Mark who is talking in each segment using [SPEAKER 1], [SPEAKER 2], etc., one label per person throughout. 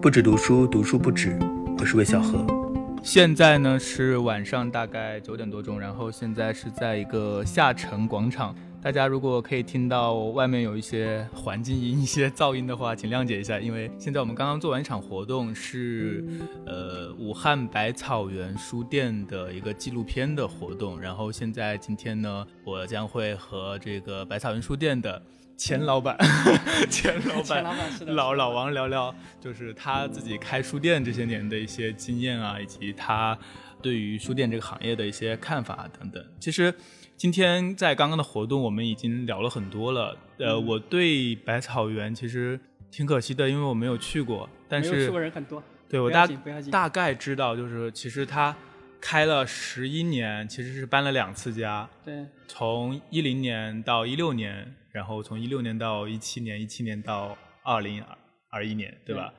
[SPEAKER 1] 不止读书，读书不止。我是魏小何。
[SPEAKER 2] 现在呢是晚上大概九点多钟，然后现在是在一个下沉广场。大家如果可以听到外面有一些环境音、一些噪音的话，请谅解一下，因为现在我们刚刚做完一场活动是，呃，武汉百草园书店的一个纪录片的活动。然后现在今天呢，我将会和这个百草园书店的前老板、 前老板、老老王聊聊，就是他自己开书店这些年的一些经验啊，以及他对于书店这个行业的一些看法等等。其实。今天在刚刚的活动，我们已经聊了很多了。呃，
[SPEAKER 3] 嗯
[SPEAKER 2] 我对百草园其实挺可惜的，因为我没有去过。但
[SPEAKER 3] 没有
[SPEAKER 2] 是
[SPEAKER 3] 去过人很多，
[SPEAKER 2] 对我
[SPEAKER 3] 不要
[SPEAKER 2] 大
[SPEAKER 3] 紧不要紧
[SPEAKER 2] 大概知道，就是其实它开了十一年，其实是搬了两次家，
[SPEAKER 3] 对，
[SPEAKER 2] 从一零年到一六年，然后从一六年到一七年，一七年到二零二一年，对吧？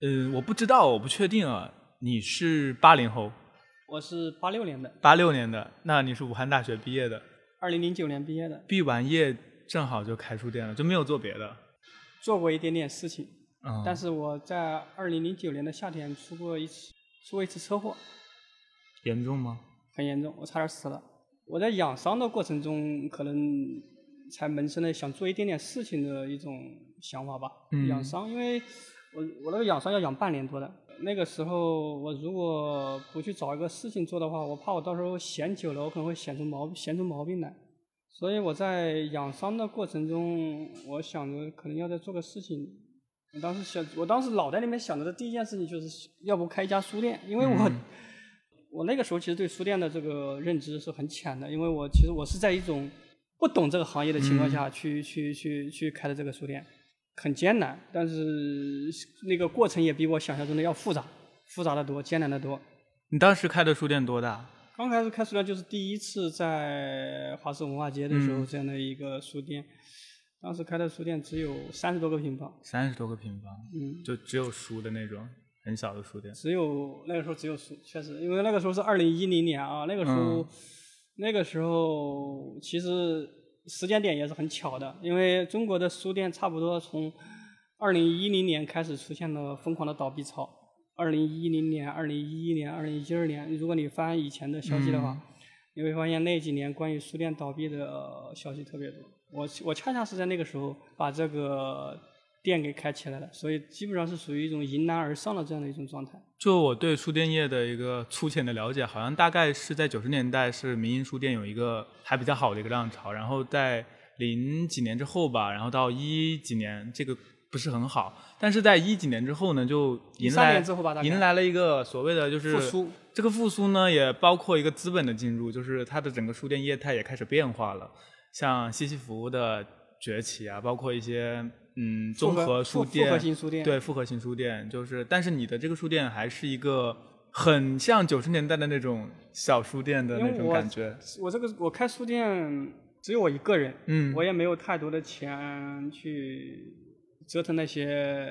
[SPEAKER 2] 嗯，我不知道，我不确定啊。你是八零后，
[SPEAKER 3] 我是八六年的，
[SPEAKER 2] 八六年的，那你是武汉大学毕业的。
[SPEAKER 3] 二零零九年毕业的，
[SPEAKER 2] 毕完业正好就开书店了，就没有做别的。
[SPEAKER 3] 做过一点点事情，
[SPEAKER 2] 嗯，
[SPEAKER 3] 但是我在二零零九年的夏天出过一次出过一次车祸，
[SPEAKER 2] 严重吗？
[SPEAKER 3] 很严重，我差点死了。我在养伤的过程中，可能才萌生了想做一点点事情的一种想法吧。
[SPEAKER 2] 嗯
[SPEAKER 3] 养伤，因为我我那个养伤要养半年多的，那个时候我如果不去找一个事情做的话，我怕我到时候闲久了，我可能会闲出毛闲出毛病来。所以我在养伤的过程中，我想着可能要再做个事情。我当时想，我当时脑袋里面想着的第一件事情就是，要不开一家书店，因为我、
[SPEAKER 2] 嗯
[SPEAKER 3] 我那个时候其实对书店的这个认知是很浅的，因为我其实我是在一种不懂这个行业的情况下去、去去去开的这个书店，很艰难，但是那个过程也比我想象中的要复杂，复杂的多，艰难的多。
[SPEAKER 2] 你当时开的书店多大？
[SPEAKER 3] 刚开始开书店就是第一次在华师文化街的时候这样的一个书店，当时开的书店只有三十多个平方，
[SPEAKER 2] 三十多个平方，
[SPEAKER 3] 嗯，
[SPEAKER 2] 就只有书的那种，很小的书店。
[SPEAKER 3] 只有那个时候只有书，确实，因为那个时候是二零一零年啊，那个时候、
[SPEAKER 2] 嗯
[SPEAKER 3] 那个时候其实时间点也是很巧的，因为中国的书店差不多从二零一零年开始出现了疯狂的倒闭潮，二零一零年、二零一一年、二零一二年，如果你翻以前的消息的话，你会发现那几年关于书店倒闭的、呃消息特别多。我我恰恰是在那个时候把这个店给开起来了，所以基本上是属于一种迎难而上的这样的一种状态。
[SPEAKER 2] 就我对书店业的一个粗浅的了解，好像大概是在九十年代是民营书店有一个还比较好的一个浪潮，然后在零几年之后吧，然后到一几年这个不是很好，但是在一几年之后呢，就迎
[SPEAKER 3] 13
[SPEAKER 2] 来
[SPEAKER 3] 年之后吧大概
[SPEAKER 2] 迎来了一个所谓的就是
[SPEAKER 3] 复苏。
[SPEAKER 2] 这个复苏呢，也包括一个资本的进入，就是它的整个书店业态也开始变化了，像西西弗的崛起啊，包括一些嗯综
[SPEAKER 3] 合
[SPEAKER 2] 合
[SPEAKER 3] 复
[SPEAKER 2] 书
[SPEAKER 3] 复
[SPEAKER 2] 店、
[SPEAKER 3] 合型书店
[SPEAKER 2] 对复合型书店，就是但是你的这个书店还是一个很像九十年代的那种小书店的
[SPEAKER 3] 因
[SPEAKER 2] 那
[SPEAKER 3] 为
[SPEAKER 2] 种
[SPEAKER 3] 我
[SPEAKER 2] 感觉，
[SPEAKER 3] 我这个我开书店只有我一个人，
[SPEAKER 2] 嗯
[SPEAKER 3] 我也没有太多的钱去折腾那些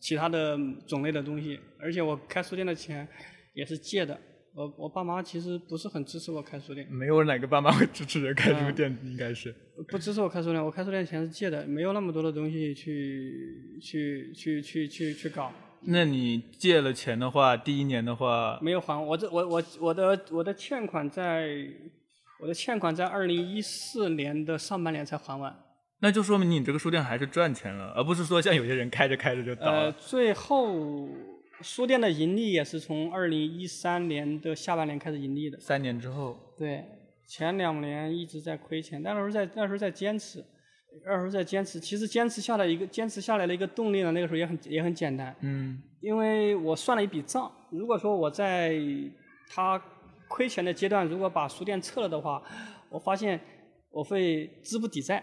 [SPEAKER 3] 其他的种类的东西，而且我开书店的钱也是借的。我我爸妈其实不是很支持我开书店，
[SPEAKER 2] 没有哪个爸妈会支持人开
[SPEAKER 3] 嗯
[SPEAKER 2] 书店，应该是
[SPEAKER 3] 不支持我开书店，我开书店的钱是借的，没有那么多的东西去去去去去去搞。
[SPEAKER 2] 那你借了钱的话，第一年的话，
[SPEAKER 3] 没有还我这我我我的我的欠款在我的欠款在二零一四年的上半年才还完。
[SPEAKER 2] 那就说明你这个书店还是赚钱了，而不是说像有些人开着开着就倒了。
[SPEAKER 3] 呃，最后书店的盈利也是从二零一三年的下半年开始盈利的。
[SPEAKER 2] 三年之后，
[SPEAKER 3] 对，前两年一直在亏钱，那时候在那时候在坚持，那时候在坚持。其实坚持下来一个坚持下来的一个动力呢，那个时候也很也很简单，
[SPEAKER 2] 嗯，
[SPEAKER 3] 因为我算了一笔账，如果说我在他亏钱的阶段，如果把书店撤了的话，我发现我会资不抵债。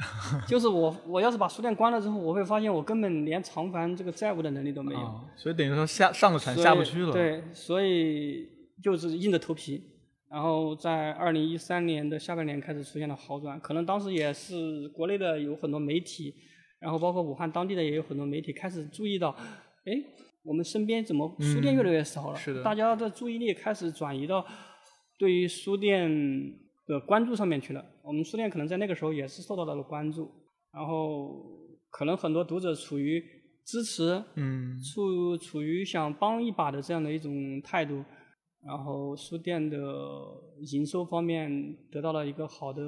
[SPEAKER 3] 就是我，我要是把书店关了之后，我会发现我根本连偿还这个债务的能力都没有。
[SPEAKER 2] 哦，所以等于说下上了船
[SPEAKER 3] 所以
[SPEAKER 2] 下不去了。，
[SPEAKER 3] 对，所以就是硬着头皮，然后在二零一三年的下半年开始出现了好转，可能当时也是国内的有很多媒体，然后包括武汉当地的也有很多媒体开始注意到，哎，我们身边怎么书店越来越少了？
[SPEAKER 2] 嗯是的
[SPEAKER 3] 大家的注意力开始转移到对于书店的关注上面去了。我们书店可能在那个时候也是受到了关注，然后可能很多读者处于支持，
[SPEAKER 2] 嗯
[SPEAKER 3] 处处于想帮一把的这样的一种态度，然后书店的营收方面得到了一个好的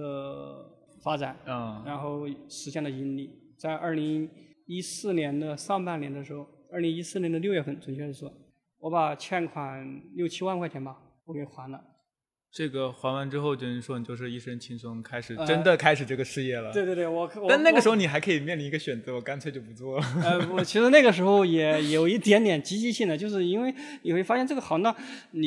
[SPEAKER 3] 发展，
[SPEAKER 2] 嗯
[SPEAKER 3] 然后实现了盈利。在二零一四年的上半年的时候，二零一四年的六月份，准确的说，我把欠款六七万块钱吧，我给还了。
[SPEAKER 2] 这个还完之后，就是说你就是一身轻松，开始
[SPEAKER 3] 呃
[SPEAKER 2] 真的开始这个事业了。
[SPEAKER 3] 对对对，我可我
[SPEAKER 2] 但那个时
[SPEAKER 3] 候。
[SPEAKER 2] 候你还可以面临一个选择，我干脆就不做了。
[SPEAKER 3] 呃，我其实那个时候也有一点点积极性的，就是因为你会发现这个行当，你你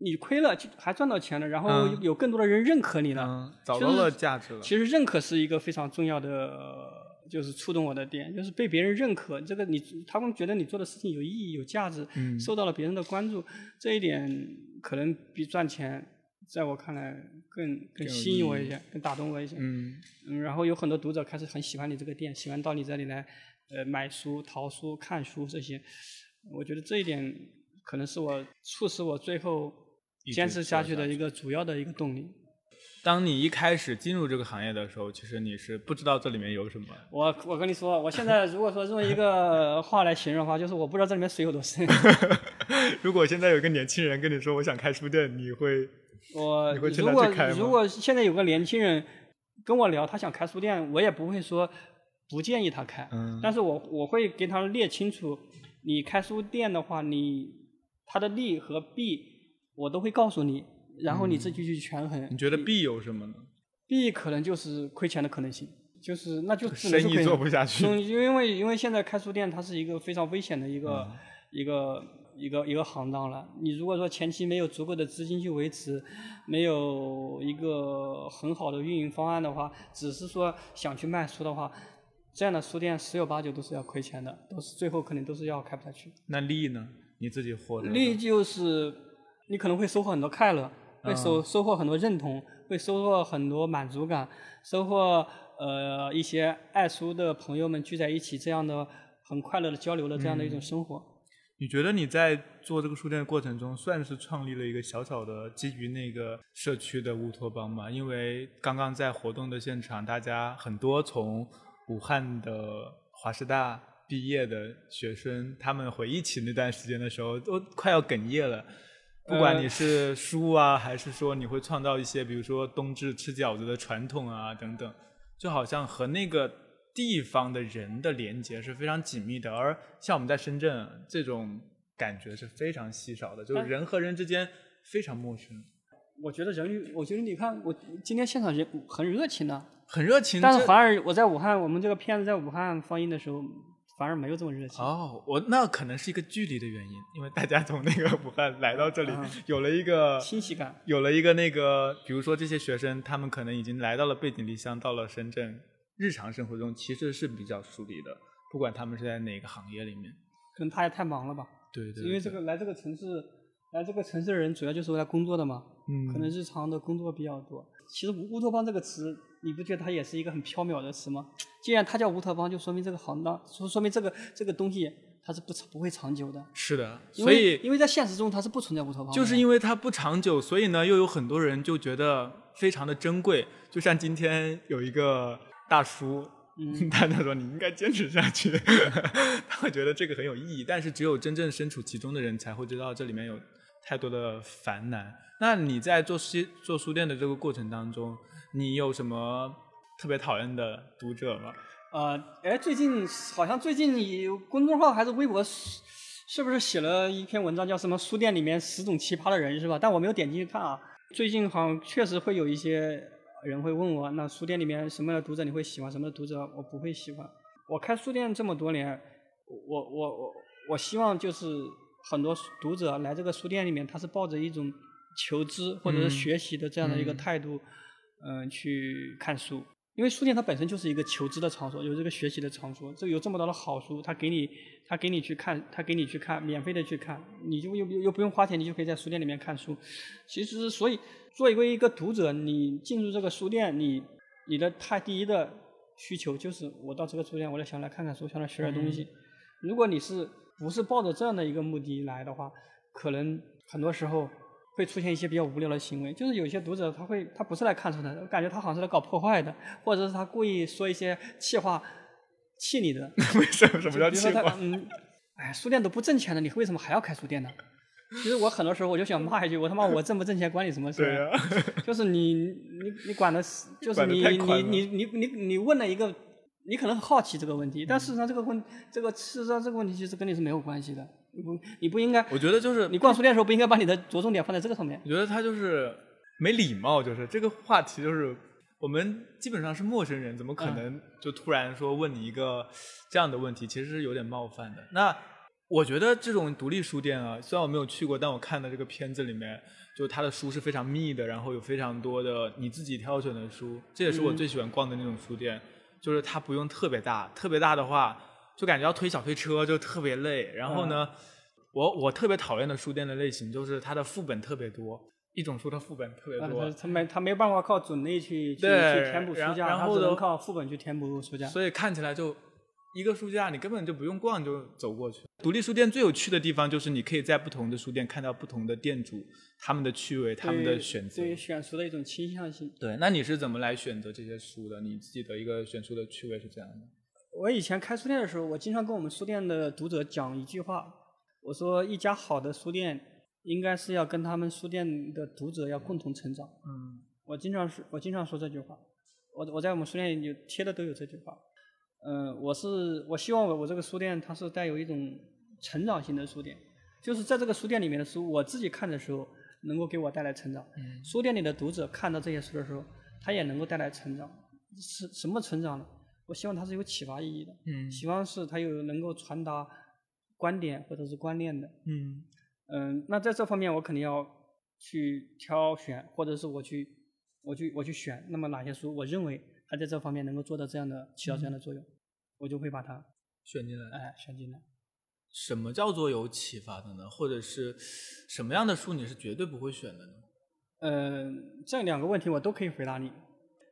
[SPEAKER 3] 你你亏了还赚到钱了，然后
[SPEAKER 2] 嗯
[SPEAKER 3] 有更多的人认可你了。
[SPEAKER 2] 嗯，找
[SPEAKER 3] 就
[SPEAKER 2] 到
[SPEAKER 3] 是
[SPEAKER 2] 了价值了。
[SPEAKER 3] 其实认可是一个非常重要的，呃就是触动我的点，就是被别人认可，这个你他们觉得你做的事情有意义、有价值，
[SPEAKER 2] 嗯
[SPEAKER 3] 受到了别人的关注，这一点可能比赚钱，在我看来更
[SPEAKER 2] 更
[SPEAKER 3] 更
[SPEAKER 2] 有
[SPEAKER 3] 吸引我
[SPEAKER 2] 意义
[SPEAKER 3] 一些，更打动我一些。
[SPEAKER 2] 嗯
[SPEAKER 3] 嗯，然后有很多读者开始很喜欢你这个店，喜欢到你这里来，呃，买书、淘书、看书这些。我觉得这一点可能是我促使我最后
[SPEAKER 2] 一
[SPEAKER 3] 坚
[SPEAKER 2] 直
[SPEAKER 3] 持
[SPEAKER 2] 做
[SPEAKER 3] 下去
[SPEAKER 2] 下
[SPEAKER 3] 的一个主要的一个动力。
[SPEAKER 2] 当你一开始进入这个行业的时候，其实你是不知道这里面有什么。
[SPEAKER 3] 我我跟你说，我现在如果说用一个话来形容的话，就是我不知道这里面水有 多深。
[SPEAKER 2] 如果现在有一个年轻人跟你说我想开书店，你会
[SPEAKER 3] 我
[SPEAKER 2] 你会劝
[SPEAKER 3] 如
[SPEAKER 2] 他
[SPEAKER 3] 果
[SPEAKER 2] 去开吗
[SPEAKER 3] 如果现在有个年轻人跟我聊他想开书店，我也不会说不建议他开，
[SPEAKER 2] 嗯
[SPEAKER 3] 但是我我会给他列清楚，你开书店的话，你它的利和弊我都会告诉你，然后你自己去权衡。
[SPEAKER 2] 嗯你觉得弊有什么呢？
[SPEAKER 3] 弊可能就是亏钱的可能性，就是那就只能是
[SPEAKER 2] 生
[SPEAKER 3] 亏
[SPEAKER 2] 意
[SPEAKER 3] 钱
[SPEAKER 2] 做不下去。
[SPEAKER 3] 嗯，因为因为现在开书店它是一个非常危险的一个、一个一个一个行当了。你如果说前期没有足够的资金去维持，没有一个很好的运营方案的话，只是说想去卖书的话，这样的书店十有八九都是要亏钱的，都是最后肯定都是要开不下去。
[SPEAKER 2] 那利呢？你自己获得的
[SPEAKER 3] 利就是你可能会收获很多快乐，会收、
[SPEAKER 2] 嗯
[SPEAKER 3] 收获很多认同，会收获很多满足感，收获呃一些爱书的朋友们聚在一起这样的很快乐的交流的这样的一种
[SPEAKER 2] 嗯
[SPEAKER 3] 生活。
[SPEAKER 2] 你觉得你在做这个书店的过程中，算是创立了一个小小的基于那个社区的乌托邦吗？因为刚刚在活动的现场，大家很多从武汉的华师大毕业的学生，他们回忆起那段时间的时候，都快要哽咽了。不管
[SPEAKER 3] 呃
[SPEAKER 2] 你是书啊，还是说你会创造一些，比如说冬至吃饺子的传统啊等等，就好像和那个地方的人的连接是非常紧密的，而像我们在深圳这种感觉是非常稀少的，就是
[SPEAKER 3] 哎
[SPEAKER 2] 人和人之间非常陌生，
[SPEAKER 3] 我觉得人与，我觉得你看，我今天现场人很热情的、
[SPEAKER 2] 很热情。
[SPEAKER 3] 但
[SPEAKER 2] 嗯这
[SPEAKER 3] 是反而我在武汉，我们这个片子在武汉放映的时候，反而没有这么热情。
[SPEAKER 2] 哦，我那可能是一个距离的原因，因为大家从那个武汉来到这里
[SPEAKER 3] 嗯，
[SPEAKER 2] 有了一个
[SPEAKER 3] 欣喜感。
[SPEAKER 2] 有了一个那个，比如说这些学生，他们可能已经来到了背井离乡，到了深圳，日常生活中其实是比较疏离的，不管他们是在哪个行业里面。
[SPEAKER 3] 可能他也太忙了吧？
[SPEAKER 2] 对对对，
[SPEAKER 3] 因为这个来这个城市，来这个城市的人主要就是为了工作的嘛。
[SPEAKER 2] 嗯，
[SPEAKER 3] 可能日常的工作比较多。其实“乌托邦”这个词，你不觉得它也是一个很缥缈的词吗？既然它叫乌托邦，就说明这个行当，说说明这个这个东西它是不不会长久的。
[SPEAKER 2] 是的，
[SPEAKER 3] 因
[SPEAKER 2] 所
[SPEAKER 3] 为
[SPEAKER 2] 以
[SPEAKER 3] 因为在现实中它是不存在乌托邦的，
[SPEAKER 2] 就是因为它不长久，所以呢，又有很多人就觉得非常的珍贵。就像今天有一个大叔，
[SPEAKER 3] 嗯
[SPEAKER 2] 他他说你应该坚持下去， 他会觉得这个很有意义。但是只有真正身处其中的人才会知道这里面有太多的烦难。那你在做书做书店的这个过程当中，你有什么特别讨厌的读者吗？
[SPEAKER 3] 呃，哎，最近好像最近你公众号还是微博是是不是写了一篇文章叫什么“书店里面十种奇葩的人”是吧？但我没有点进去看啊。最近好像确实会有一些人会问我，那书店里面什么样的读者你会喜欢，什么样的读者我不会喜欢。我开书店这么多年，我我我我希望就是很多读者来这个书店里面，他是抱着一种求知或者
[SPEAKER 2] 嗯
[SPEAKER 3] 是学习的这样的一个
[SPEAKER 2] 嗯
[SPEAKER 3] 态度，嗯、去看书。因为书店它本身就是一个求知的场所，有这个学习的场所，这有这么多的好书，它给你，它给你去看，它给你去看，免费的去看，你就又又不用花钱，你就可以在书店里面看书。其实，所以作为一个读者，你进入这个书店，你你的太第一的需求就是我到这个书店，我来想来看看书，想来学点东西。如果你是不是抱着这样的一个目的来的话，可能很多时候会出现一些比较无聊的行为。就是有些读者他会他不是来看书的，我感觉他好像是来搞破坏的，或者是他故意说一些气话。气你的。
[SPEAKER 2] 为什么什么
[SPEAKER 3] 就
[SPEAKER 2] 叫
[SPEAKER 3] 比如
[SPEAKER 2] 气
[SPEAKER 3] 说他
[SPEAKER 2] 话？
[SPEAKER 3] 嗯，哎，书店都不挣钱了，你为什么还要开书店呢？其实我很多时候我就想骂一句，我他妈我挣不挣钱关你什么事
[SPEAKER 2] 对啊
[SPEAKER 3] 儿、
[SPEAKER 2] 呀、
[SPEAKER 3] 就是你你你管的是，就是
[SPEAKER 2] 管得
[SPEAKER 3] 你
[SPEAKER 2] 太宽
[SPEAKER 3] 你
[SPEAKER 2] 了
[SPEAKER 3] 你你你你问了一个，你可能很好奇这个问题，但事实上这个问这个事实上这个问题其实跟你是没有关系的，你不你不应该，
[SPEAKER 2] 我觉得就是
[SPEAKER 3] 你逛书店的时候不应该把你的着重点放在这个上面。
[SPEAKER 2] 我觉得他就是没礼貌，就是这个话题就是我们基本上是陌生人，怎么可能就突然说问你一个这样的问题，其实是有点冒犯的。那我觉得这种独立书店啊，虽然我没有去过，但我看的这个片子里面，就他的书是非常密的，然后有非常多的你自己挑选的书，这也是我
[SPEAKER 3] 嗯
[SPEAKER 2] 最喜欢逛的那种书店，就是它不用特别大，特别大的话就感觉要推小推车，就特别累。然后呢，我我特别讨厌的书店的类型就是它的副本特别多，一种书的副本特别多，
[SPEAKER 3] 他他没他没办法靠种类去去
[SPEAKER 2] 对
[SPEAKER 3] 去填补书
[SPEAKER 2] 然
[SPEAKER 3] 架，
[SPEAKER 2] 然
[SPEAKER 3] 他
[SPEAKER 2] 后
[SPEAKER 3] 只
[SPEAKER 2] 呢
[SPEAKER 3] 能靠副本去填补书架。
[SPEAKER 2] 所以看起来就一个书架，你根本就不用逛就走过去。独立书店最有趣的地方就是你可以在不同的书店看到不同的店主他们的趣味、他们的
[SPEAKER 3] 对
[SPEAKER 2] 选择。
[SPEAKER 3] 对于选书的一种倾向性。
[SPEAKER 2] 对，那你是怎么来选择这些书的？你自己的一个选书的趣味是这样的。
[SPEAKER 3] 我以前开书店的时候，我经常跟我们书店的读者讲一句话，我说一家好的书店应该是要跟他们书店的读者要共同成长。
[SPEAKER 2] 嗯，
[SPEAKER 3] 我经常是我经常说这句话，我我在我们书店有贴的都有这句话。嗯，我是我希望我我这个书店它是带有一种成长型的书店，就是在这个书店里面的书，我自己看的时候能够给我带来成长，
[SPEAKER 2] 嗯
[SPEAKER 3] 书店里的读者看到这些书的时候，他也能够带来成长。是什么成长呢？我希望它是有启发意义的，
[SPEAKER 2] 嗯
[SPEAKER 3] 希望是它有能够传达观点或者是观念的。
[SPEAKER 2] 嗯
[SPEAKER 3] 嗯，那在这方面我肯定要去挑选，或者是我去我去我去选，那么哪些书我认为它在这方面能够做到这样的起到这样的作用，我就会把它
[SPEAKER 2] 选进来。
[SPEAKER 3] 哎选进来。
[SPEAKER 2] 什么叫做有启发的呢？或者是什么样的书你是绝对不会选的呢？
[SPEAKER 3] 呃，这两个问题我都可以回答你。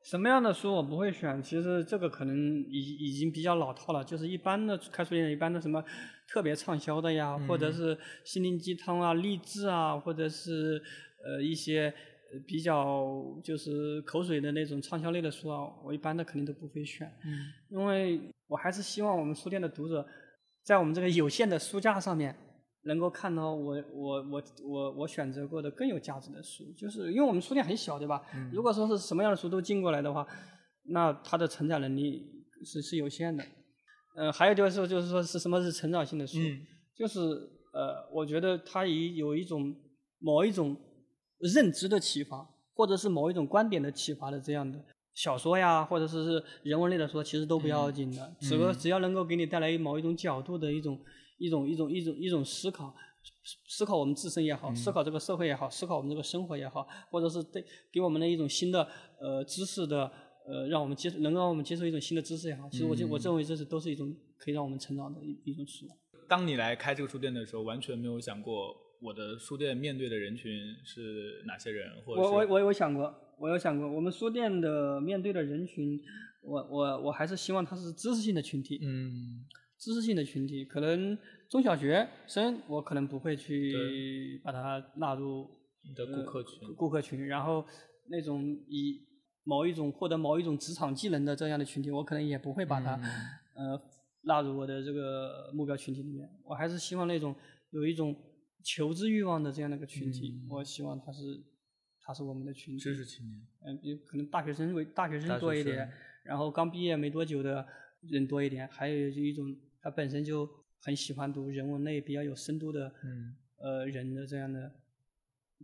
[SPEAKER 3] 什么样的书我不会选？其实这个可能已已经比较老套了，就是一般的开书店，一般的什么特别畅销的呀，或者
[SPEAKER 2] 嗯
[SPEAKER 3] 是心灵鸡汤啊、励志啊，或者是呃一些呃比较就是口水的那种畅销类的书啊，我一般的肯定都不会选。
[SPEAKER 2] 嗯
[SPEAKER 3] 因为我还是希望我们书店的读者，在我们这个有限的书架上面，能够看到我我我我我选择过的更有价值的书。就是因为我们书店很小，对吧？
[SPEAKER 2] 嗯
[SPEAKER 3] 如果说是什么样的书都进过来的话，那它的承载能力是是有限的。呃，还有就是说就是说是什么是成长性的书，
[SPEAKER 2] 嗯
[SPEAKER 3] 就是呃，我觉得它以有一种某一种认知的启发，或者是某一种观点的启发的这样的小说呀，或者是是人文类的书，其实都不要紧的，只不过
[SPEAKER 2] 嗯
[SPEAKER 3] 只要能够给你带来某一种角度的一种一种一种一种一种思考。思思考我们自身也好，
[SPEAKER 2] 嗯
[SPEAKER 3] 思考这个社会也好，思考我们这个生活也好，或者是对给我们的一种新的呃知识的呃，让我们接受能让我们接受一种新的知识也好，其实我就我
[SPEAKER 2] 嗯
[SPEAKER 3] 认为这是都是一种可以让我们成长的一一种书。
[SPEAKER 2] 当你来开这个书店的时候，完全没有想过我的书店面对的人群是哪些人，或者
[SPEAKER 3] 我我
[SPEAKER 2] 是
[SPEAKER 3] 我有想过，我有想过，我们书店的面对的人群，我我我还是希望它是知识性的群体，
[SPEAKER 2] 嗯
[SPEAKER 3] 知识性的群体，可能中小学生我可能不会去把它纳入
[SPEAKER 2] 你的顾客群，
[SPEAKER 3] 顾客群，然后那种以某一种获得某一种职场技能的这样的群体，我可能也不会把
[SPEAKER 2] 嗯
[SPEAKER 3] 它、呃纳入我的这个目标群体里面。我还是希望那种有一种求知欲望的这样的一个群体，
[SPEAKER 2] 嗯
[SPEAKER 3] 我希望它是它是我们的群体。
[SPEAKER 2] 知识青年，
[SPEAKER 3] 嗯，比如可能大学生为大学
[SPEAKER 2] 大
[SPEAKER 3] 生
[SPEAKER 2] 学
[SPEAKER 3] 嗯多一
[SPEAKER 2] 生
[SPEAKER 3] 点，然后刚毕业没多久的人多一点，还有就一种他本身就很喜欢读人文类比较有深度的，
[SPEAKER 2] 嗯，
[SPEAKER 3] 呃，人的这样的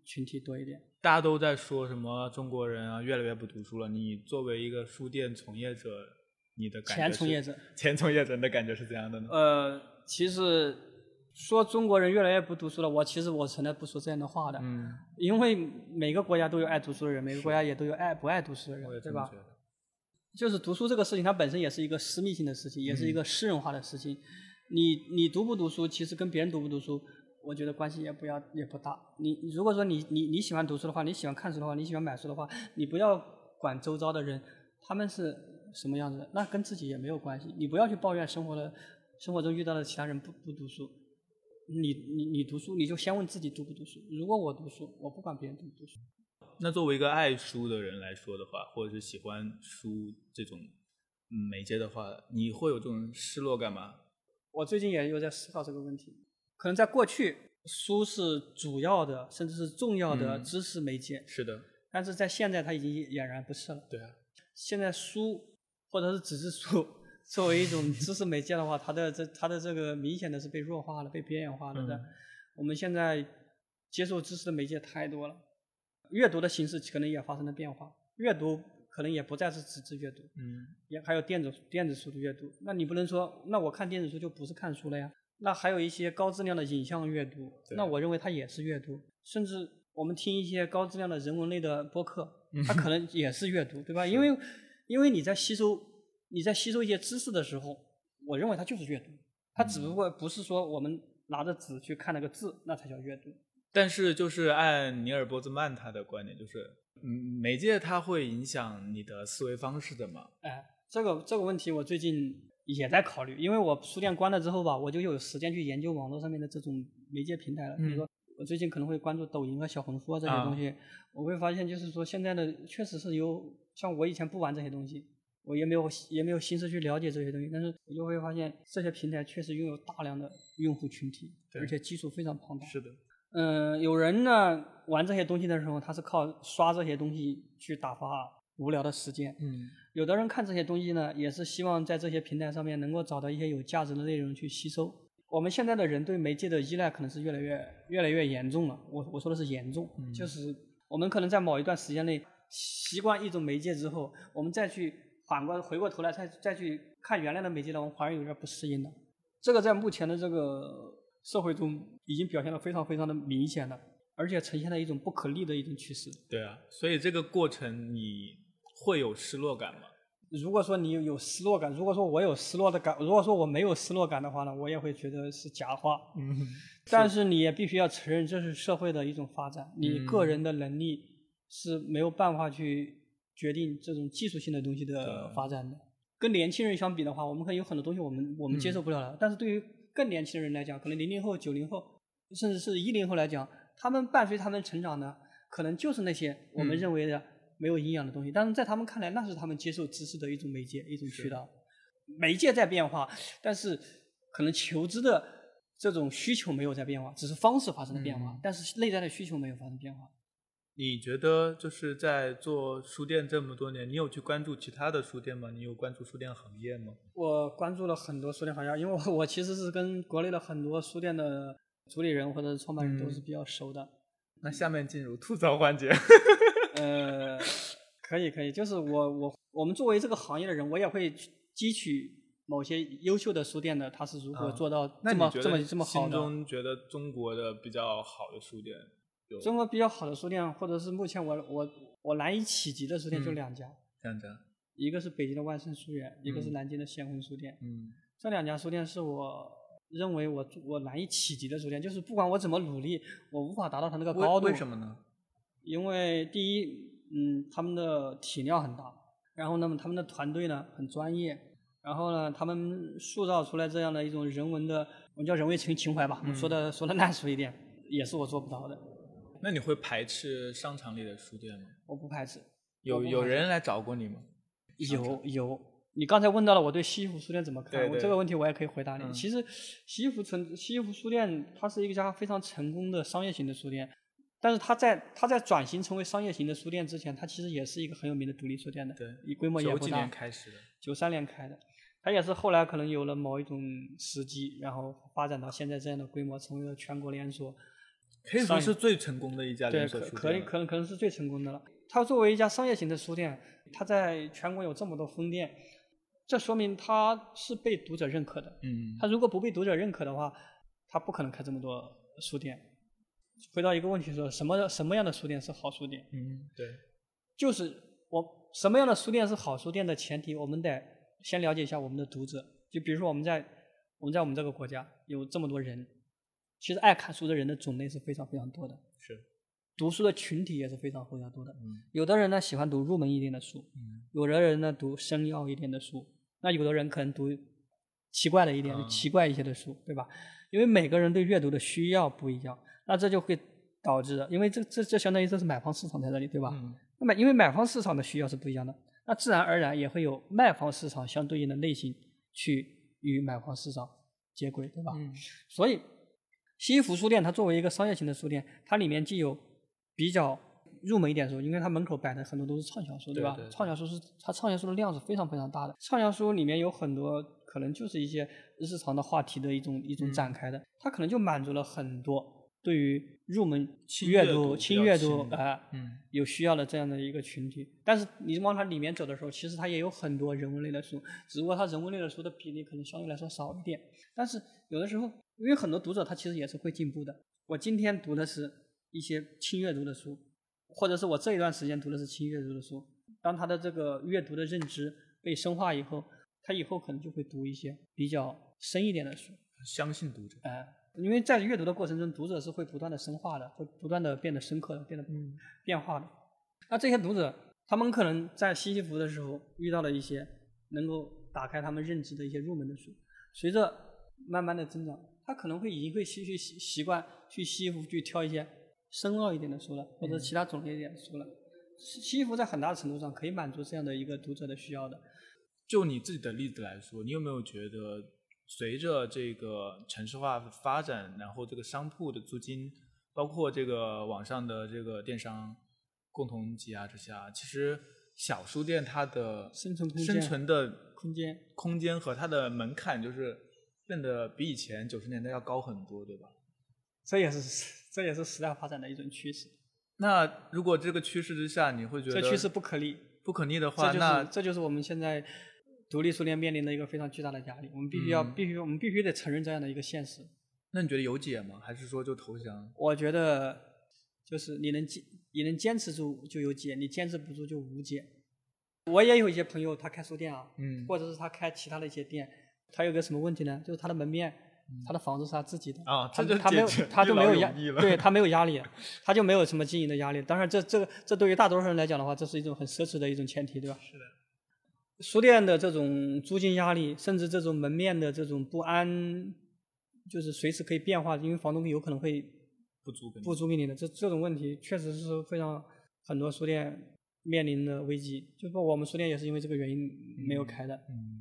[SPEAKER 3] 群体多一点。
[SPEAKER 2] 大家都在说什么中国人啊，越来越不读书了。你作为一个书店从业者，你的感觉
[SPEAKER 3] 前从业
[SPEAKER 2] 是
[SPEAKER 3] 者，
[SPEAKER 2] 前从业者你的感觉是怎样的呢？
[SPEAKER 3] 呃，其实说中国人越来越不读书了，我其实我从来不说这样的话的，
[SPEAKER 2] 嗯，
[SPEAKER 3] 因为每个国家都有爱读书的人，每个国家也都有爱不爱读书的
[SPEAKER 2] 我也
[SPEAKER 3] 人，
[SPEAKER 2] 这
[SPEAKER 3] 对
[SPEAKER 2] 么
[SPEAKER 3] 吧
[SPEAKER 2] 觉？得。
[SPEAKER 3] 就是读书这个事情，它本身也是一个私密性的事情，也是一个私人化的事情。你你读不读书，其实跟别人读不读书，我觉得关系也不要也不大。你你如果说你你你喜欢读书的话，你喜欢看书的话，你喜欢买书的话，你不要管周遭的人他们是什么样子的，那跟自己也没有关系。你不要去抱怨生活的生活中遇到的其他人不不读书。你你你读书，你就先问自己读不读书。如果我读书，我不管别人读不读书。
[SPEAKER 2] 那作为一个爱书的人来说的话，或者是喜欢书这种嗯媒介的话，你会有这种失落感吗？
[SPEAKER 3] 我最近也有在思考这个问题，可能在过去书是主要的，甚至是重要的
[SPEAKER 2] 嗯
[SPEAKER 3] 知识媒介，
[SPEAKER 2] 是的，
[SPEAKER 3] 但是在现在它已经俨然不是了。
[SPEAKER 2] 对啊，
[SPEAKER 3] 现在书或者是纸质书 作为一种知识媒介的话，它的这它的这个明显的是被弱化了、被边缘化了的。
[SPEAKER 2] 嗯
[SPEAKER 3] 我们现在接受知识的媒介太多了，阅读的形式可能也发生了变化，阅读可能也不再是纸质阅读，
[SPEAKER 2] 嗯，
[SPEAKER 3] 也还有电子电子书的阅读。那你不能说，那我看电子书就不是看书了呀？那还有一些高质量的影像阅读，
[SPEAKER 2] 对
[SPEAKER 3] 那我认为它也是阅读，甚至我们听一些高质量的人文类的播客，它可能也是阅读，对吧？因为因为你在吸收你在吸收一些知识的时候，我认为它就是阅读，它只不过不是说我们拿着纸去看那个字，那才叫阅读。
[SPEAKER 2] 但是就是按尼尔波兹曼他的观点，就是嗯，媒介它会影响你的思维方式的嘛。
[SPEAKER 3] 哎，这个这个问题我最近也在考虑，因为我书店关了之后吧，我就有时间去研究网络上面的这种媒介平台了。比
[SPEAKER 2] 嗯
[SPEAKER 3] 如说，我最近可能会关注抖音啊、小红书啊这些东西，我会发现就是说现在的确实是有，像我以前不玩这些东西。我也没有也没有心思去了解这些东西，但是我就会发现这些平台确实拥有大量的用户群体，
[SPEAKER 2] 对
[SPEAKER 3] 而且基数非常庞大。
[SPEAKER 2] 的，
[SPEAKER 3] 嗯，有人呢玩这些东西的时候，他是靠刷这些东西去打发无聊的时间，
[SPEAKER 2] 嗯，
[SPEAKER 3] 有的人看这些东西呢，也是希望在这些平台上面能够找到一些有价值的内容去吸收。我们现在的人对媒介的依赖可能是越来越越来越严重了。我我说的是严重，
[SPEAKER 2] 嗯
[SPEAKER 3] 就是我们可能在某一段时间内习惯一种媒介之后，我们再去反过回过头来再再去看原来的媒介了，我们反而有点不适应了。这个在目前的这个社会中已经表现的非常非常的明显了，而且呈现了一种不可逆的一种趋势。
[SPEAKER 2] 对啊，所以这个过程你会有失落感吗？
[SPEAKER 3] 如果说你有有失落感，如果说我有失落的感，如果说我没有失落感的话呢，我也会觉得是假话。
[SPEAKER 2] 嗯，
[SPEAKER 3] 但是你也必须要承认，这是社会的一种发展，你
[SPEAKER 2] 嗯
[SPEAKER 3] 个人的能力是没有办法去决定这种技术性的东西的
[SPEAKER 2] 对
[SPEAKER 3] 发展的。跟年轻人相比的话，我们可能有很多东西我们我们
[SPEAKER 2] 嗯
[SPEAKER 3] 接受不了了，但是对于更年轻的人来讲，可能零零后、九零后，甚至是一零后来讲，他们伴随他们成长的，可能就是那些我们
[SPEAKER 2] 嗯
[SPEAKER 3] 认为的没有营养的东西，但是在他们看来，那是他们接受知识的一种媒介、一种渠道。媒介在变化，但是可能求知的这种需求没有在变化，只是方式发生了变化，
[SPEAKER 2] 嗯
[SPEAKER 3] 但是内在的需求没有发生变化。
[SPEAKER 2] 你觉得就是在做书店这么多年，你有去关注其他的书店吗？你有关注书店行业吗？
[SPEAKER 3] 我关注了很多书店行业，因为我我其实是跟国内的很多书店的主理人或者是创办人
[SPEAKER 2] 嗯
[SPEAKER 3] 都是比较熟的。
[SPEAKER 2] 那下面进入吐槽环节。
[SPEAKER 3] 呃，可以可以，就是我我我们作为这个行业的人，我也会去汲取某些优秀的书店的他是如何
[SPEAKER 2] 啊
[SPEAKER 3] 做到
[SPEAKER 2] 那
[SPEAKER 3] 这
[SPEAKER 2] 你
[SPEAKER 3] 么、
[SPEAKER 2] 觉得
[SPEAKER 3] 这么这么好
[SPEAKER 2] 心
[SPEAKER 3] 的。
[SPEAKER 2] 中觉得中国的比较好的书店有
[SPEAKER 3] 中国比较好的书店，或者是目前我我我难以企及的书店就
[SPEAKER 2] 嗯
[SPEAKER 3] 两家，
[SPEAKER 2] 这样子？
[SPEAKER 3] 一个是北京的万盛书园，一个是
[SPEAKER 2] 嗯
[SPEAKER 3] 南京的先锋书店。
[SPEAKER 2] 嗯
[SPEAKER 3] 这两家书店是我认为我我难以企及的书店，就是不管我怎么努力，我无法达到它那个高度。
[SPEAKER 2] 为为什么呢？
[SPEAKER 3] 因为第一，嗯，他们的体量很大，然后那么他们的团队呢很专业，然后呢，他们塑造出来这样的一种人文的，我们叫人文情情怀吧，
[SPEAKER 2] 嗯
[SPEAKER 3] 说的 说的烂俗一点，也是我做不到的，
[SPEAKER 2] 那你会排斥商场里的书店吗？
[SPEAKER 3] 我不排斥。我
[SPEAKER 2] 有
[SPEAKER 3] 不
[SPEAKER 2] 有
[SPEAKER 3] 排斥
[SPEAKER 2] 人来找过你吗？
[SPEAKER 3] 有有，你刚才问到了我对西湖书店怎么看，
[SPEAKER 2] 对
[SPEAKER 3] 我
[SPEAKER 2] 对
[SPEAKER 3] 这个问题我也可以回答你。
[SPEAKER 2] 嗯
[SPEAKER 3] 其实西湖存西湖书店，它是一家非常成功的商业型的书店，但是它在它在转型成为商业型的书店之前，它其实也是一个很有名的独立书店的，
[SPEAKER 2] 对
[SPEAKER 3] 以规模也
[SPEAKER 2] 九
[SPEAKER 3] 不
[SPEAKER 2] 几
[SPEAKER 3] 大
[SPEAKER 2] 年，开始的，
[SPEAKER 3] 九三年开的。它也是后来可能有了某一种时机，然后发展到现在这样的规模，成为了全国连锁。
[SPEAKER 2] 可以说是最成功的一家
[SPEAKER 3] 对，
[SPEAKER 2] 连
[SPEAKER 3] 可
[SPEAKER 2] 锁书店
[SPEAKER 3] 可以
[SPEAKER 2] 了
[SPEAKER 3] 可能可能是最成功的了。它作为一家商业型的书店，它在全国有这么多分店，这说明它是被读者认可的。
[SPEAKER 2] 嗯，
[SPEAKER 3] 它如果不被读者认可的话，它不可能开这么多书店。回到一个问题说，什么什么样的书店是好书店？
[SPEAKER 2] 嗯，对，
[SPEAKER 3] 就是我什么样的书店是好书店的前提，我们得先了解一下我们的读者。就比如说我们在我们在我们这个国家有这么多人，其实爱看书的人的种类是非常非常多的。
[SPEAKER 2] 是，
[SPEAKER 3] 读书的群体也是非常非常多的。
[SPEAKER 2] 嗯
[SPEAKER 3] 有的人呢喜欢读入门一点的书，
[SPEAKER 2] 嗯
[SPEAKER 3] 有的人呢读深奥一点的书，那有的人可能读奇怪的一点、
[SPEAKER 2] 嗯
[SPEAKER 3] 奇怪一些的书，对吧？因为每个人对阅读的需要不一样，那这就会导致，因为这这这相当于这是买方市场在这里，对吧？
[SPEAKER 2] 嗯
[SPEAKER 3] 那么因为买方市场的需要是不一样的，那自然而然也会有卖方市场相对应的类型去与买方市场接轨，对吧？
[SPEAKER 4] 嗯
[SPEAKER 3] 所以西服书店它作为一个商业型的书店，它里面既有比较入门一点的书，因为它门口摆的很多都是畅销书，
[SPEAKER 4] 对
[SPEAKER 3] 吧？
[SPEAKER 4] 对对
[SPEAKER 3] 畅销书是它畅销书的量是非常非常大的，畅销书里面有很多可能就是一些日常的话题的一种一种
[SPEAKER 4] 嗯
[SPEAKER 3] 展开的，它可能就满足了很多对于入门
[SPEAKER 4] 轻
[SPEAKER 3] 阅
[SPEAKER 4] 阅读比
[SPEAKER 3] 轻
[SPEAKER 4] 较
[SPEAKER 3] 阅
[SPEAKER 4] 轻
[SPEAKER 3] 读
[SPEAKER 4] 的
[SPEAKER 3] 啊。
[SPEAKER 4] 嗯
[SPEAKER 3] 有需要的这样的一个群体。但是你往它里面走的时候，其实它也有很多人文类的书，只不过它人文类的书的比例可能相对来说少一点。但是有的时候，因为很多读者他其实也是会进步的。我今天读的是一些轻阅读的书，或者是我这一段时间读的是轻阅读的书。当他的这个阅读的认知被深化以后，他以后可能就会读一些比较深一点的书。
[SPEAKER 2] 嗯
[SPEAKER 4] 相信读者，
[SPEAKER 3] 哎、因为在阅读的过程中，读者是会不断的深化的，会不断的变得深刻的，变得
[SPEAKER 4] 嗯
[SPEAKER 3] 变化的。那这些读者，他们可能在西西弗的时候遇到了一些能够打开他们认知的一些入门的书，随着慢慢的增长，他可能会已经会习去习习惯去西西弗去挑一些深奥一点的书了，或
[SPEAKER 2] 嗯
[SPEAKER 3] 者其他种类一点的书了。西西西弗在很大程度上可以满足这样的一个读者的需要的。
[SPEAKER 2] 就你自己的例子来说，你有没有觉得随着这个城市化发展，然后这个商铺的租金，包括这个网上的这个电商共同挤压之下，其实小书店它的
[SPEAKER 3] 生存空间
[SPEAKER 2] 生存的
[SPEAKER 3] 空间
[SPEAKER 2] 空间和它的门槛就是变得比以前九十年代要高很多，对吧？
[SPEAKER 3] 这也是这也是时代发展的一种趋势，
[SPEAKER 2] 那如果这个趋势之下，你会觉
[SPEAKER 3] 这
[SPEAKER 2] 得
[SPEAKER 3] 趋势不可逆。
[SPEAKER 2] 不可逆的
[SPEAKER 3] 这
[SPEAKER 2] 话，
[SPEAKER 3] 就是
[SPEAKER 2] 那
[SPEAKER 3] 这就是我们现在独立书店面临的一个非常巨大的压力。我们必须要、
[SPEAKER 2] 嗯
[SPEAKER 3] 必须我们必须得承认这样的一个现实。
[SPEAKER 2] 那你觉得有解吗？还是说就投降？
[SPEAKER 3] 我觉得就是你能坚你能坚持住就有解，你坚持不住就无解。我也有一些朋友，他开书店啊，
[SPEAKER 2] 嗯
[SPEAKER 3] 或者是他开其他的一些店，他有个什么问题呢？就是他的门面，他的房子是他自己的
[SPEAKER 2] 嗯啊
[SPEAKER 3] 他
[SPEAKER 2] 这就
[SPEAKER 3] 他没有
[SPEAKER 2] 解决
[SPEAKER 3] 他就没
[SPEAKER 2] 一
[SPEAKER 3] 有
[SPEAKER 2] 劳
[SPEAKER 3] 压
[SPEAKER 2] 永逸，了
[SPEAKER 3] 对他没有压力，他就没有什么经营的压力。当然这，这个这对于大多数人来讲的话，这是一种很奢侈的一种前提，对吧？是的。书店的这种租金压力，甚至这种门面的这种不安，就是随时可以变化，因为房东有可能会
[SPEAKER 2] 不租给你
[SPEAKER 3] 不租给你的，这这种问题确实是非常很多书店面临的危机。就包括我们书店也是因为这个原因没有开的，
[SPEAKER 2] 嗯，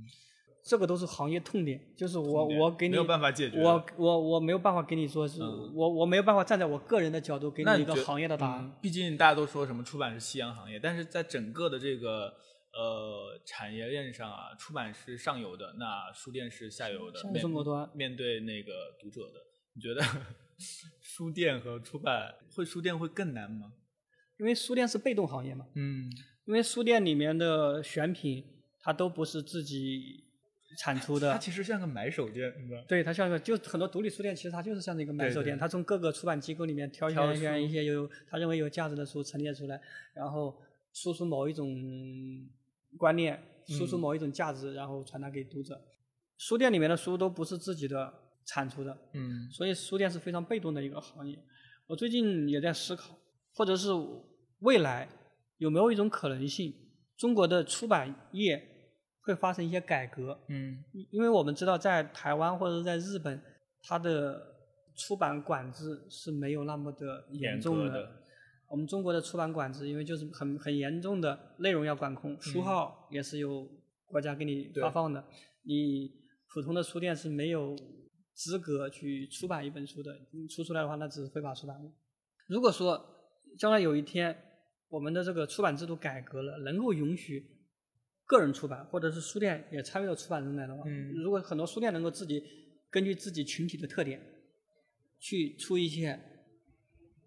[SPEAKER 3] 这个都是行业痛点，就是我
[SPEAKER 2] 痛点
[SPEAKER 3] 我给你
[SPEAKER 2] 没有办法解决
[SPEAKER 3] 我我我没有办法给你说是，
[SPEAKER 2] 嗯
[SPEAKER 3] 我我没有办法站在我个人的角度给
[SPEAKER 2] 那
[SPEAKER 3] 你一
[SPEAKER 2] 你
[SPEAKER 3] 个
[SPEAKER 2] 觉
[SPEAKER 3] 行业的答案。
[SPEAKER 2] 嗯毕竟大家都说什么出版是夕阳行业，但是在整个的这个呃产业链上啊，出版是上游的，那书店是下游的，
[SPEAKER 3] 上游
[SPEAKER 2] 面
[SPEAKER 3] 中国端
[SPEAKER 2] 面对那个读者的，你觉得 书店和出版会书店会更难吗？
[SPEAKER 3] 因为书店是被动行业嘛，
[SPEAKER 2] 嗯，
[SPEAKER 3] 因为书店里面的选品它都不是自己产出的，
[SPEAKER 2] 它其实像个买手店，你知道吗？
[SPEAKER 3] 对，它像个就很多独立书店，其实它就是像一个买手店，
[SPEAKER 2] 对
[SPEAKER 3] 它从各个出版机构里面挑
[SPEAKER 2] 挑
[SPEAKER 3] 选选
[SPEAKER 2] 书
[SPEAKER 3] 一些有他认为有价值的书陈列出来，然后输出某一种观念，输出
[SPEAKER 2] 嗯
[SPEAKER 3] 某一种价值，然后传达给读者。书店里面的书都不是自己的产出的，
[SPEAKER 2] 嗯，
[SPEAKER 3] 所以书店是非常被动的一个行业。我最近也在思考，或者是未来有没有一种可能性，中国的出版业会发生一些改革？
[SPEAKER 2] 嗯，
[SPEAKER 3] 因因为我们知道在台湾或者在日本，它的出版管制是没有那么的严重
[SPEAKER 2] 严格的
[SPEAKER 3] 我们中国的出版管制，因为就是很很严重的内容要管控，书号也是由国家给你
[SPEAKER 2] 嗯对
[SPEAKER 3] 发放的，你普通的书店是没有资格去出版一本书的，你出出来的话那只是非法出版物。如果说将来有一天我们的这个出版制度改革了，能够允许个人出版或者是书店也参与到出版中来的话，
[SPEAKER 2] 嗯
[SPEAKER 3] 如果很多书店能够自己根据自己群体的特点去出一些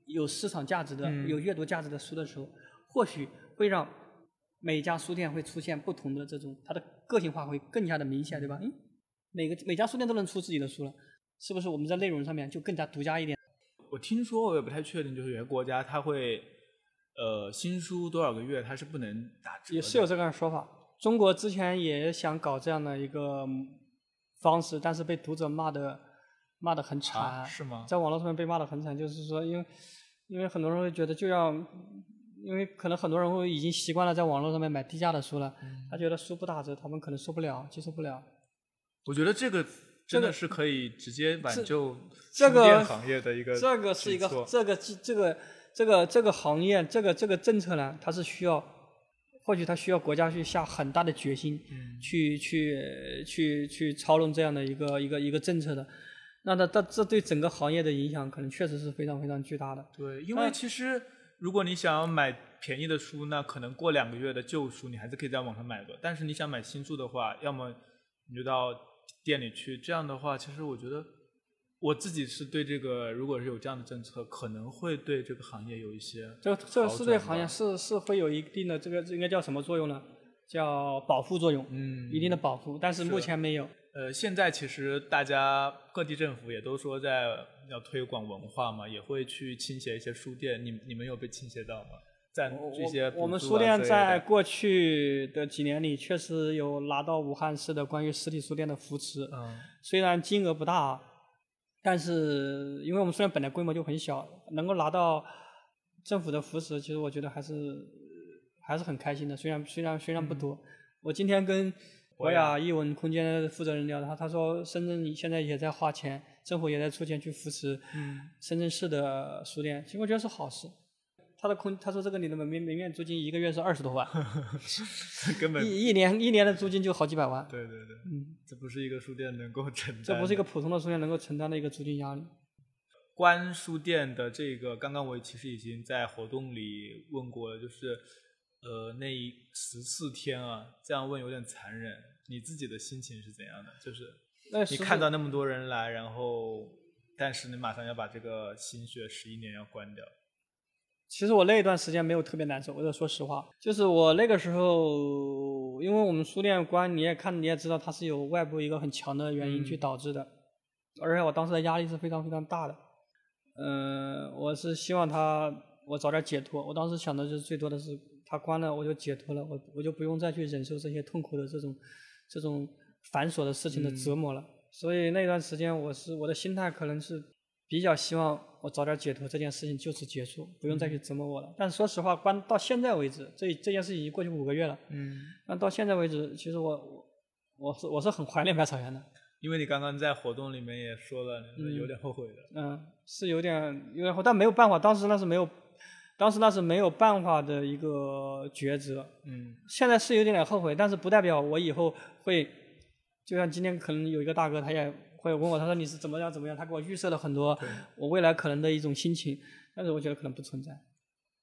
[SPEAKER 3] 有市场价值的、
[SPEAKER 2] 嗯
[SPEAKER 3] 有阅读价值的书的时候，或许会让每家书店会出现不同的这种它的个性化会更加的明显，对吧？嗯，每个每家书店都能出自己的书了，是不是我们在内容上面就更加独家一点？
[SPEAKER 2] 我听说，我也不太确定，就是有些国家它会。呃，新书多少个月它是不能打折的，
[SPEAKER 3] 也是有这个说法。中国之前也想搞这样的一个方式，但是被读者骂的骂的很惨、
[SPEAKER 2] 啊是吗
[SPEAKER 3] 在网络上面被骂的很惨，就是说，因为因为很多人会觉得就要，因为可能很多人会已经习惯了在网络上面买低价的书了，
[SPEAKER 2] 嗯
[SPEAKER 3] 他觉得书不打折，他们可能受不了，接受不了。
[SPEAKER 2] 我觉得这个真的是可以直接挽救
[SPEAKER 3] 这
[SPEAKER 2] 书店
[SPEAKER 3] 个
[SPEAKER 2] 行业的一个
[SPEAKER 3] 这个是一
[SPEAKER 2] 举
[SPEAKER 3] 个
[SPEAKER 2] 措
[SPEAKER 3] 这个这这个这个这个行业这个这个政策呢，它是需要或许他需要国家去下很大的决心，
[SPEAKER 2] 嗯
[SPEAKER 3] 去去去去操弄这样的一个一个一个政策的。那那这这对整个行业的影响，可能确实是非常非常巨大的。
[SPEAKER 2] 对，因为其实如果你想要买便宜的书，那可能过两个月的旧书你还是可以在网上买的。但是你想买新书的话，要么你就到店里去。这样的话，其实我觉得我自己是对这个，如果是有这样的政策，可能会对这个行业有一些
[SPEAKER 3] 这这
[SPEAKER 2] 好
[SPEAKER 3] 是
[SPEAKER 2] 转
[SPEAKER 3] 对
[SPEAKER 2] 吧
[SPEAKER 3] 行业是是会有一定的这个这应该叫什么作用呢？叫保护作用，
[SPEAKER 2] 嗯
[SPEAKER 3] 一定的保护，但是目
[SPEAKER 2] 是
[SPEAKER 3] 前没有。
[SPEAKER 2] 呃，现在其实大家各地政府也都说在要推广文化嘛，也会去倾斜一些书店。你你们有被倾斜到吗？在这些
[SPEAKER 3] 我我们
[SPEAKER 2] 补助啊
[SPEAKER 3] 书店
[SPEAKER 2] 之类
[SPEAKER 3] 在
[SPEAKER 2] 的
[SPEAKER 3] 过去的几年里，确实有拿到武汉市的关于实体书店的扶持，
[SPEAKER 2] 嗯
[SPEAKER 3] 虽然金额不大，啊但是因为我们书店本来规模就很小，能够拿到政府的扶持，其实我觉得还是还是很开心的。虽然虽然虽然不
[SPEAKER 2] 嗯
[SPEAKER 3] 多，我今天跟博雅艺文空间的负责人聊，他他说深圳现在也在花钱，政府也在出钱去扶持
[SPEAKER 2] 嗯
[SPEAKER 3] 深圳市的书店，其实我觉得是好事。他的空，他说这个你的门面门面租金一个月是二十多 万，
[SPEAKER 2] 根本
[SPEAKER 3] 一一年一年的租金就好几百万，
[SPEAKER 2] 对对对，
[SPEAKER 3] 嗯，
[SPEAKER 2] 这不是一个书店能够承担的。
[SPEAKER 3] 这不是一个普通的书店能够承担的一个租金压力。
[SPEAKER 2] 关书店的这个，刚刚我其实已经在活动里问过了，就是呃那十四天啊，这样问有点残忍。你自己的心情是怎样的？就是
[SPEAKER 3] 那
[SPEAKER 2] 你
[SPEAKER 3] 实
[SPEAKER 2] 看
[SPEAKER 3] 际
[SPEAKER 2] 到那么多人来，然后但是你马上要把这个新学十一年要关掉，
[SPEAKER 3] 其实我那一段时间没有特别难受，我得说实话，就是我那个时候，因为我们书店关，你也看你也知道，它是有外部一个很强的原因去
[SPEAKER 2] 嗯
[SPEAKER 3] 导致的，而且我当时的压力是非常非常大的。嗯，我是希望它我早点解脱，我当时想的就是最多的是它关了我就解脱了，我我就不用再去忍受这些痛苦的这种这种繁琐的事情的折磨了。所以那段时间，我是我的心态可能是比较希望我早点解脱，这件事情就此结束，不用再去折磨我了。但说实话，关到现在为止，这这件事情已经过去五个月了。
[SPEAKER 2] 嗯，
[SPEAKER 3] 那到现在为止，其实我我我是我是很怀念百草园的，
[SPEAKER 2] 因为你刚刚在活动里面也说了，你
[SPEAKER 3] 嗯
[SPEAKER 2] 有点后悔的，
[SPEAKER 3] 嗯，是有点有点后，但没有办法，当时那是没有，当时那是没有办法的一个抉择。
[SPEAKER 2] 嗯
[SPEAKER 3] 现在是有点点后悔，但是不代表我以后会，就像今天可能有一个大哥，他也会问我，他说你是怎么样怎么样，他给我预设了很多我未来可能的一种心情，但是我觉得可能不存在。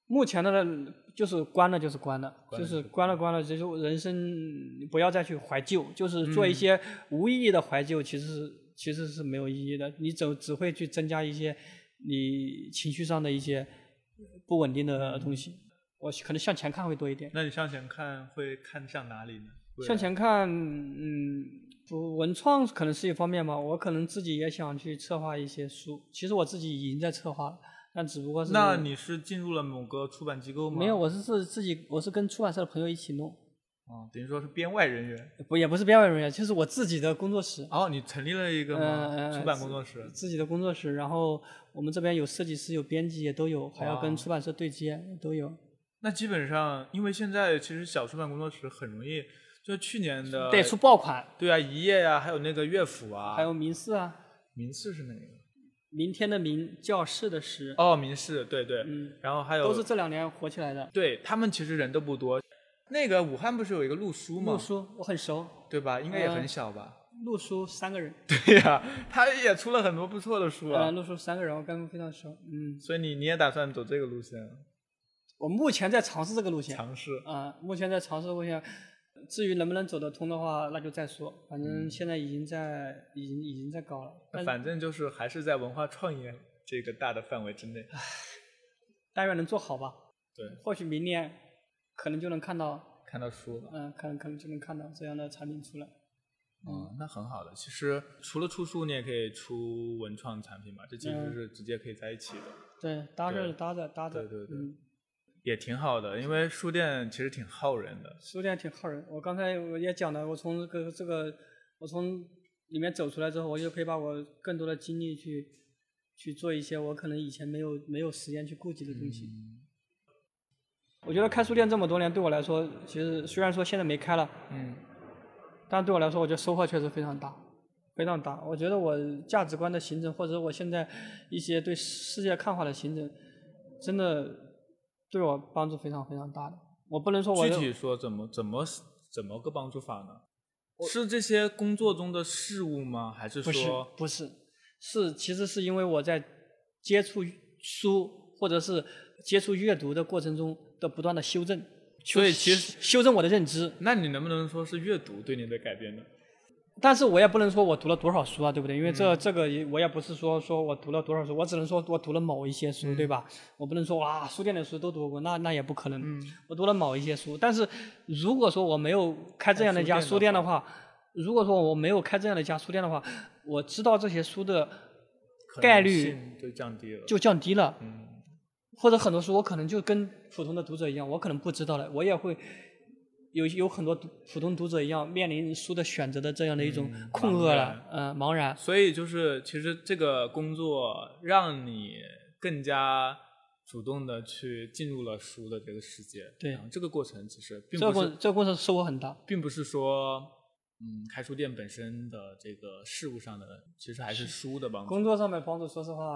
[SPEAKER 3] 目前的呢就是关了就是关了，
[SPEAKER 2] 关
[SPEAKER 3] 就
[SPEAKER 2] 了
[SPEAKER 3] 是
[SPEAKER 2] 就
[SPEAKER 3] 关了关了，就是人生你不要再去怀旧，就是做一些无意义的怀旧，其实是其实是没有意义的，你只只会去增加一些你情绪上的一些不稳定的东西。我可能向前看会多一点。
[SPEAKER 2] 那你向前看会看向哪里呢？未来
[SPEAKER 3] 向前看，嗯，不，文创可能是一方面吧。我可能自己也想去策划一些书，其实我自己已经在策划了，但只不过是
[SPEAKER 2] 那你是进入了某个出版机构吗？
[SPEAKER 3] 没有，，我是自自己，我是跟出版社的朋友一起弄，
[SPEAKER 2] 哦，等于说是编外人员。
[SPEAKER 3] 不也不是编外人员，就是我自己的工作室，
[SPEAKER 2] 哦，你成立了一个吗
[SPEAKER 3] 嗯嗯嗯
[SPEAKER 2] 出版工作室，
[SPEAKER 3] 自己的工作室。然后我们这边有设计师，有编辑也都有，还要
[SPEAKER 2] 哇
[SPEAKER 3] 跟出版社对接都有。
[SPEAKER 2] 那基本上，因为现在其实小出版工作室很容易，就去年的
[SPEAKER 3] 得出爆款，
[SPEAKER 2] 对啊，一页呀、还有那个乐府呃啊，
[SPEAKER 3] 还有民事啊，
[SPEAKER 2] 民视是哪个？
[SPEAKER 3] 明天的明，教室的室，
[SPEAKER 2] 哦，民视，对对，
[SPEAKER 3] 嗯，
[SPEAKER 2] 然后还有
[SPEAKER 3] 都是这两年火起来的。
[SPEAKER 2] 对他们其实人都不多。那个武汉不是有一个陆书吗
[SPEAKER 3] 陆？书我很熟，
[SPEAKER 2] 对吧？应该也
[SPEAKER 3] 嗯
[SPEAKER 2] 很小吧？
[SPEAKER 3] 陆书三个人。
[SPEAKER 2] 对呀、他也出了很多不错的书啊。
[SPEAKER 3] 呃，陆叔三个人，我跟非常熟。嗯，
[SPEAKER 2] 所以你你也打算走这个路线，
[SPEAKER 3] 我目前在尝试这个路线。啊、
[SPEAKER 2] 尝试？
[SPEAKER 3] 目前在尝试这个路线。至于能不能走得通的话，那就再说。反
[SPEAKER 2] 嗯
[SPEAKER 3] 正现在已经在，已经已经在搞了。但
[SPEAKER 2] 反正就是还是在文化创业这个大的范围之内。
[SPEAKER 3] 但愿能做好吧。
[SPEAKER 2] 对，
[SPEAKER 3] 或许明年可能就能看到，
[SPEAKER 2] 看到书了。
[SPEAKER 3] 嗯、可能可能就能看到这样的产品出来。
[SPEAKER 2] 嗯，那很好的。其实除了出书，你也可以出文创产品嘛，这其实
[SPEAKER 3] 嗯
[SPEAKER 2] 是直接可以在一起的。
[SPEAKER 3] 对，搭
[SPEAKER 2] 对
[SPEAKER 3] 着搭着搭着，
[SPEAKER 2] 对对对
[SPEAKER 3] 嗯，
[SPEAKER 2] 也挺好的，因为书店其实挺耗人的。
[SPEAKER 3] 书店挺耗人。我刚才我也讲了，我从这个这个，我从里面走出来之后，我就可以把我更多的精力去去做一些我可能以前没有没有时间去顾及的东西。
[SPEAKER 2] 嗯
[SPEAKER 3] 我觉得开书店这么多年，对我来说，其实虽然说现在没开了，
[SPEAKER 2] 嗯，
[SPEAKER 3] 但对我来说，我觉得收获确实非常大，非常大。我觉得我价值观的形成，或者我现在一些对世界看法的形成，真的对我帮助非常非常大的。我不能说我
[SPEAKER 2] 具
[SPEAKER 3] 的
[SPEAKER 2] 体说怎么怎么怎么个帮助法呢？是这些工作中的事物吗？还是
[SPEAKER 3] 不是
[SPEAKER 2] 说
[SPEAKER 3] 不是是其实是因为我在接触书或者是接触阅读的过程中的不断的修正，
[SPEAKER 2] 所以其实
[SPEAKER 3] 修正我的认知。
[SPEAKER 2] 那你能不能说是阅读对你的改变呢？
[SPEAKER 3] 但是我也不能说我读了多少书啊，对不对？因为这、
[SPEAKER 2] 嗯
[SPEAKER 3] 这个也我也不是说说我读了多少书，我只能说我读了某一些书，
[SPEAKER 2] 嗯
[SPEAKER 3] 对吧？我不能说哇，书店的书都读过，那那也不可能。
[SPEAKER 2] 嗯
[SPEAKER 3] 我读了某一些书，但是如果说我没有开这样的一家
[SPEAKER 2] 开书
[SPEAKER 3] 书
[SPEAKER 2] 店
[SPEAKER 3] 店
[SPEAKER 2] 的
[SPEAKER 3] 的话，如果说我没有开这样的一家书店的话，我知道这些书的
[SPEAKER 2] 可能
[SPEAKER 3] 概率
[SPEAKER 2] 性就降低了。
[SPEAKER 3] 就降低了。
[SPEAKER 2] 嗯
[SPEAKER 3] 或者很多书我可能就跟普通的读者一样，我可能不知道了，我也会有有很多读普通读者一样面临书的选择的这样的一种
[SPEAKER 2] 嗯
[SPEAKER 3] 困
[SPEAKER 2] 茫
[SPEAKER 3] 厄
[SPEAKER 2] 然
[SPEAKER 3] 了，嗯、茫然。
[SPEAKER 2] 所以就是，其实这个工作让你更加主动的去进入了书的这个世界。
[SPEAKER 3] 对
[SPEAKER 2] 然后这个过程其实并
[SPEAKER 3] 这个
[SPEAKER 2] 不
[SPEAKER 3] 过
[SPEAKER 2] 是，
[SPEAKER 3] 这个过程收获很大，
[SPEAKER 2] 并不是说，嗯，开书店本身的这个事物上的，其实还是书的帮助，
[SPEAKER 3] 工作上面帮助，说实话，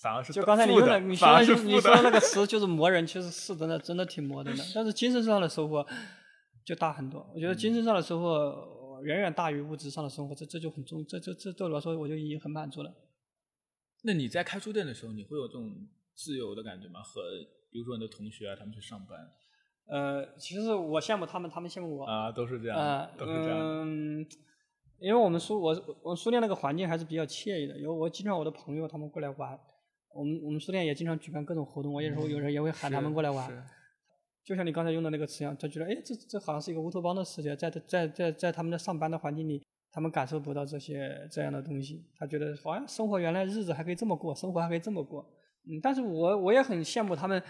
[SPEAKER 2] 反嗯而是
[SPEAKER 3] 就刚才你
[SPEAKER 2] 负
[SPEAKER 3] 用
[SPEAKER 2] 的
[SPEAKER 3] 的，你
[SPEAKER 2] 反
[SPEAKER 3] 说
[SPEAKER 2] 而是
[SPEAKER 3] 的就是你
[SPEAKER 2] 负
[SPEAKER 3] 说的
[SPEAKER 2] 的。
[SPEAKER 3] 那个词就是磨人，其实是真的，真的挺磨 人的。但是精神上的收获就大很多，我觉得精神上的收获呃远远大于物质上的生活，这这就很重，这这这对我来说我就已经很满足了。
[SPEAKER 2] 那你在开书店的时候，你会有这种自由的感觉吗？和比如说你的同学啊，他们去上班
[SPEAKER 3] 呃，其实我羡慕他们，他们羡慕我。
[SPEAKER 2] 啊，都是这样，
[SPEAKER 3] 啊，
[SPEAKER 2] 都是这样。
[SPEAKER 3] 嗯，因为我们书我我书店那个环境还是比较惬意的，有我经常我的朋友他们过来玩，我们我们书店也经常举办各种活动，我有时候有时候也会喊他们过来
[SPEAKER 2] 嗯
[SPEAKER 3] 玩。
[SPEAKER 2] 是
[SPEAKER 3] 就像你刚才用的那个词一样，他觉得哎，这这好像是一个乌托邦的世界，在在在在他们的上班的环境里，他们感受不到这些这样的东西，他觉得好像生活原来日子还可以这么过，生活还可以这么过。嗯，但是我我也很羡慕他们，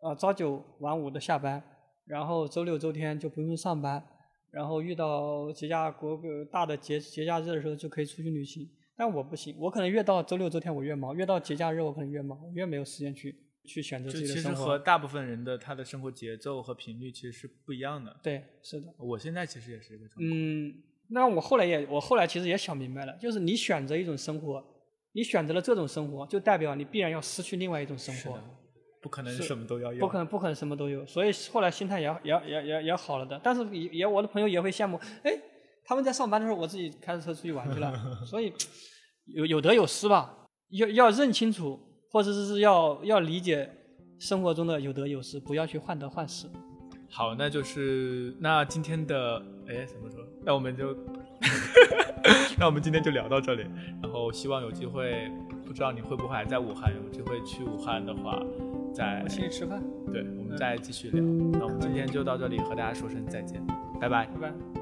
[SPEAKER 3] 呃，朝九晚五的下班，然后周六周天就不用上班，然后遇到节假国呃大的节节假日的时候就可以出去旅行。但我不行，我可能越到周六周天我越忙，越到节假日我可能越忙，我越没有时间去去选择
[SPEAKER 2] 就
[SPEAKER 3] 自己的
[SPEAKER 2] 其实
[SPEAKER 3] 生活。
[SPEAKER 2] 和大部分人的他的生活节奏和频率其实是不一样的。
[SPEAKER 3] 对，是的。
[SPEAKER 2] 我现在其实也是一个状态，
[SPEAKER 3] 嗯，那我后来也，我后来其实也想明白了，就是你选择一种生活，你选择了这种生活，就代表你必然要失去另外一种生
[SPEAKER 2] 是
[SPEAKER 3] 活
[SPEAKER 2] 的，不可能
[SPEAKER 3] 是
[SPEAKER 2] 什么都要有，
[SPEAKER 3] 不可能不可能什么都有，所以后来心态也也也也也好了的。但是也也我的朋友也会羡慕，哎，他们在上班的时候，我自己开着车出去玩 去了，所以有有得有失吧，要要认清楚，或者是要要理解生活中的有得有失，不要去患得患失。
[SPEAKER 2] 好，那就是那今天的哎什么时候？那我们就， 那我们今天就聊到这里。然后希望有机会，不知道你会不会还在武汉？有机会去武汉的话，再
[SPEAKER 3] 我请你吃饭，
[SPEAKER 2] 对，我们再继续聊。那我们今天就到这里，和大家说声再见，拜拜。
[SPEAKER 3] 拜拜。